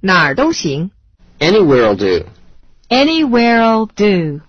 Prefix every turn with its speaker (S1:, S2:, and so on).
S1: 哪儿都行。
S2: Anywhere'll do.
S1: Anywhere'll do.